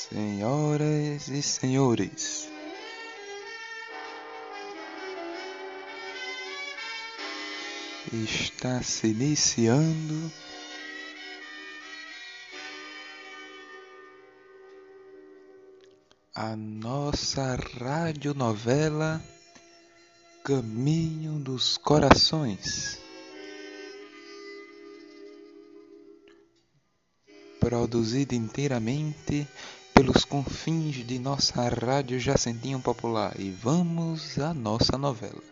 Senhoras e senhores, está se iniciando a nossa radionovela Caminho dos Corações. produzida inteiramente pelos confins de nossa rádio Jacentinho Popular. E vamos à nossa novela.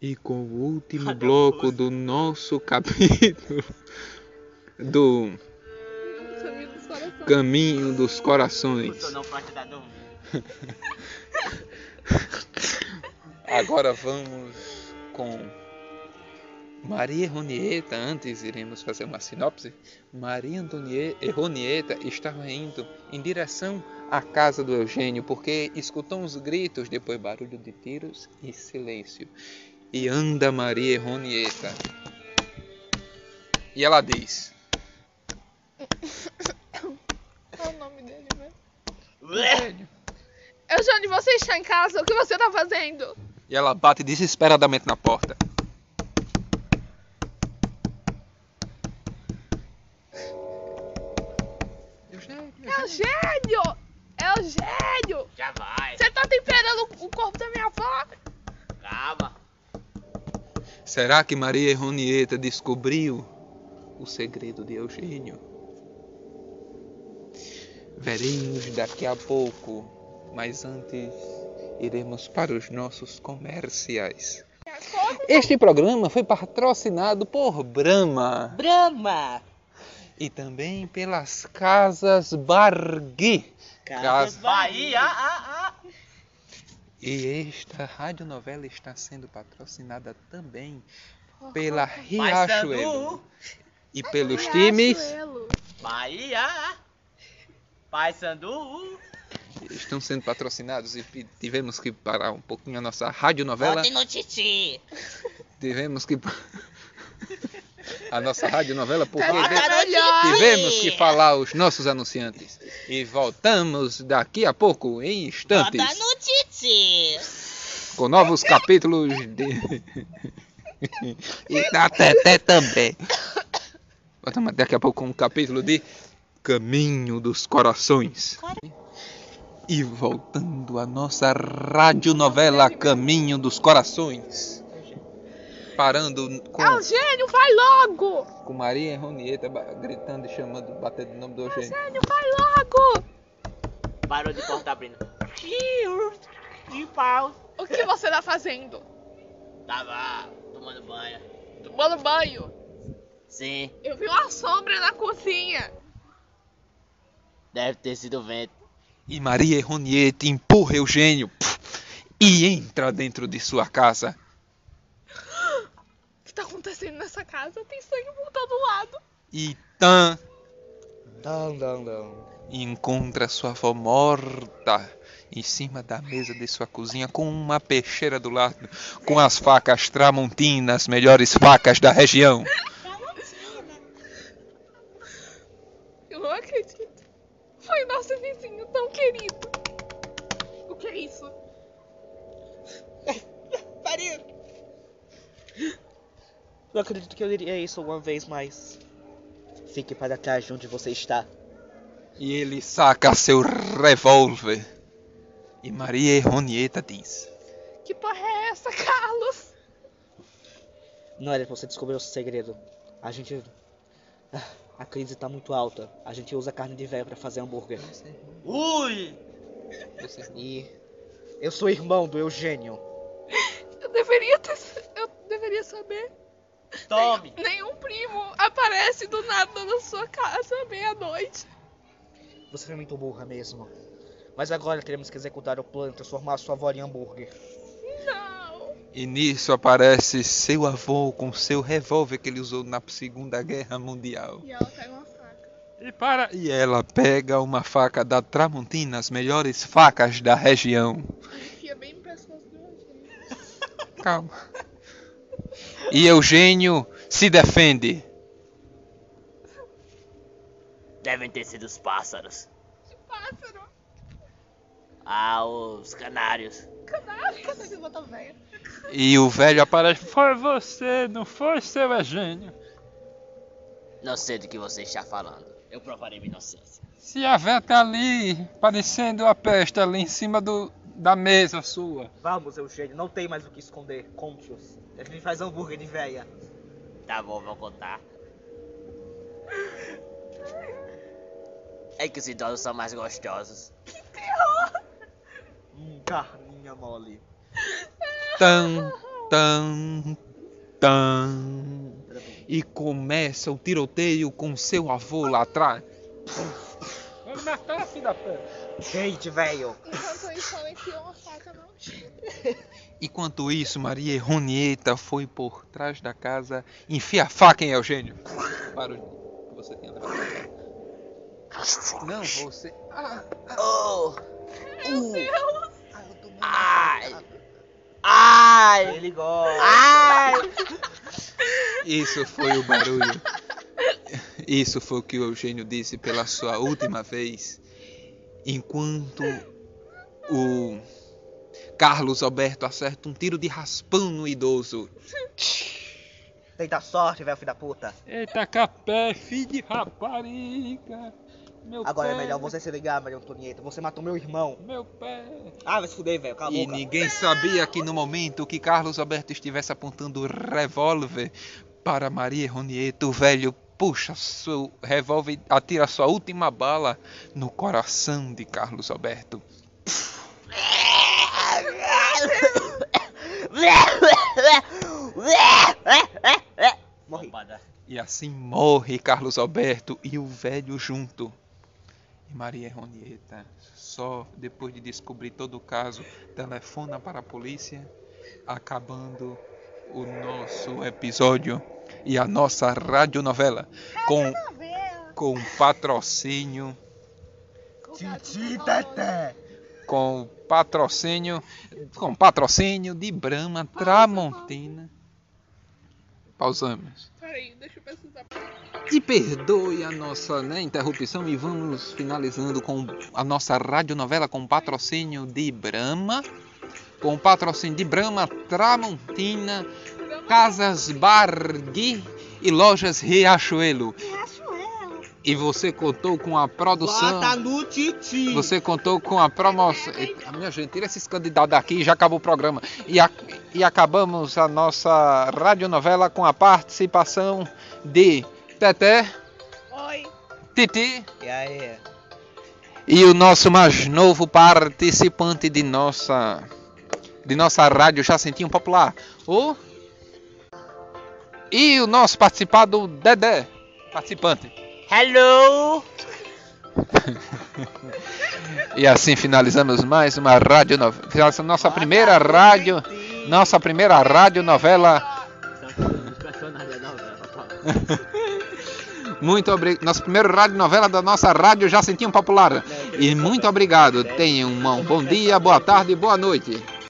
E com o último bloco do nosso capítulo do Caminho dos Corações. Agora vamos com Maria Ronieta, antes iremos fazer uma sinopse. Maria Antonie- Ronieta estava indo em direção à casa do Eugênio porque escutou uns gritos, depois barulho de tiros e silêncio. E anda Maria Ronieta. E ela diz: É o nome dele, né? É. Eugênio. Eugênio, você está em casa? O que você tá fazendo? E ela bate desesperadamente na porta. Eugênio, Eugênio. É Eugênio! Eugênio! Já vai, É Você tá temperando o corpo da minha avó? calma. Será que Maria Ronieta descobriu o segredo de Eugênio? Veremos daqui a pouco, mas antes iremos para os nossos comerciais. Este programa foi patrocinado por Brahma Brahma! e também pelas Casas Bargui. Casas Bahia! Ah, ah, E esta radionovela está sendo patrocinada também pela Riachuelo e pelos times Riachuelo. Bahia! Paysandu! estão sendo patrocinados e pi- tivemos que parar um pouquinho a nossa radionovela. no Titi! Tivemos que. pa- a nossa radionovela, porque Tá de- tivemos que falar os nossos anunciantes. E voltamos daqui a pouco, em instantes, Titi! com novos capítulos de. e da Teté também. Voltamos daqui a pouco com um capítulo de Caminho dos Corações. E voltando à nossa radionovela Caminho dos Corações. Parando com, Eugênio, É vai logo! com Maria e Ronieta ba- gritando e chamando, batendo o nome do Eugênio. Eugênio, vai logo! Parou de porta abrindo. De pau! O que você tá fazendo? Tava tomando banho. Tomando banho. Sim, Eu vi uma sombra na cozinha. deve ter sido vento. E Maria e Ronieta empurra Eugênio pf, e entra dentro de sua casa. O que tá acontecendo nessa casa? Tem sangue por todo lado. E tan Dão, dão, dão. encontra sua avó morta em cima da mesa de sua cozinha com uma peixeira do lado, com as facas Tramontinas, melhores facas da região. Eu não acredito. Foi nosso vizinho tão querido. O que é isso? Pariu! Não acredito que eu diria isso uma vez mais. Fique para trás de onde você está. E ele saca seu revólver. E Maria Ronieta diz: Que porra é essa, Carlos? Não era pra você descobrir o segredo. A gente. Ah, A crise tá muito alta. A gente usa carne de velho pra fazer hambúrguer. Ui! E. Eu sou irmão do Eugênio. Eu deveria ter. Eu deveria saber. Tome! Nenhum primo aparece do nada na sua casa à meia-noite. Você foi muito burra mesmo. Mas agora teremos que executar o plano e transformar sua avó em hambúrguer. Não. E nisso aparece seu avô com seu revólver que ele usou na Segunda Guerra Mundial. E ela pega uma faca. E para. E ela pega uma faca da Tramontina, as melhores facas da região. E enfia bem no pescoço do Eugênio. Calma. E Eugênio se defende. Devem ter sido os pássaros. Que pássaro! Ah, os canários. Canário! Canário de lata velha. E o velho aparece. Foi você, não foi seu Eugênio. Não sei do que você está falando. Eu provarei minha inocência. Se a véia tá ali, parecendo a peste ali em cima do, da mesa sua. Vamos, Eugênio, não tem mais o que esconder. Conte-os. A gente faz hambúrguer de véia. Tá bom, vou contar. É que os idosos são mais gostosos. Hum, carninha mole. Tan, tan, tan. E começa o tiroteio com seu avô lá atrás. Vamos matar a filha da pé. Gente, velho. Enquanto isso, ela enfiou uma faca no Enquanto isso, Maria Ronieta foi por trás da casa e enfia a faca em Eugênio. Para o que você tenha levado. a cabo. Não, você. Ah! Oh! Meu Deus! Ai! Ai! Ele gosta. Ai! Isso foi o barulho. Isso foi o que o Eugênio disse pela sua última vez. Enquanto o Carlos Alberto acerta um tiro de raspão no idoso. Tenta sorte, velho, filho da puta. Eita capé, filho de rapariga. Meu Agora é melhor você se ligar, Maria Antonieta. Você matou meu irmão. Meu pé. Ah, vai se fuder, velho. Cala a E boca. ninguém sabia que no momento que Carlos Alberto estivesse apontando o revólver para Maria Ronieto, o velho puxa seu revólver e atira sua última bala no coração de Carlos Alberto. Morri. E assim morre Carlos Alberto e o velho junto. E Maria Ronieta, só depois de descobrir todo o caso, telefona para a polícia, acabando o nosso episódio e a nossa radionovela com, com patrocínio, Titi Teté. com patrocínio, com patrocínio de Brahma Tramontina. Pausamos. Peraí, deixa eu pesquisar. E perdoe a nossa né, interrupção e vamos finalizando com a nossa radionovela com patrocínio de Brahma. Com patrocínio de Brahma, Tramontina, Casas Bargui e Lojas Riachuelo. E você contou com a produção. Bota no Titi. Você contou com a promoção. Eita, Minha gente, tira esses candidatos daqui e já acabou o programa. E, a- e acabamos a nossa radionovela com a participação de Teté, Oi! Titi E aí? e o nosso mais novo participante de nossa de nossa rádio Jacentinho Popular, o e o nosso participado Dedé, participante. Hello! E assim finalizamos mais uma rádio, nossa primeira rádio, nossa primeira radionovela Muito obrigado. Nosso primeiro rádio novela da nossa rádio Jacentinho Popular. E muito obrigado. Tenham um bom dia, boa tarde e boa noite.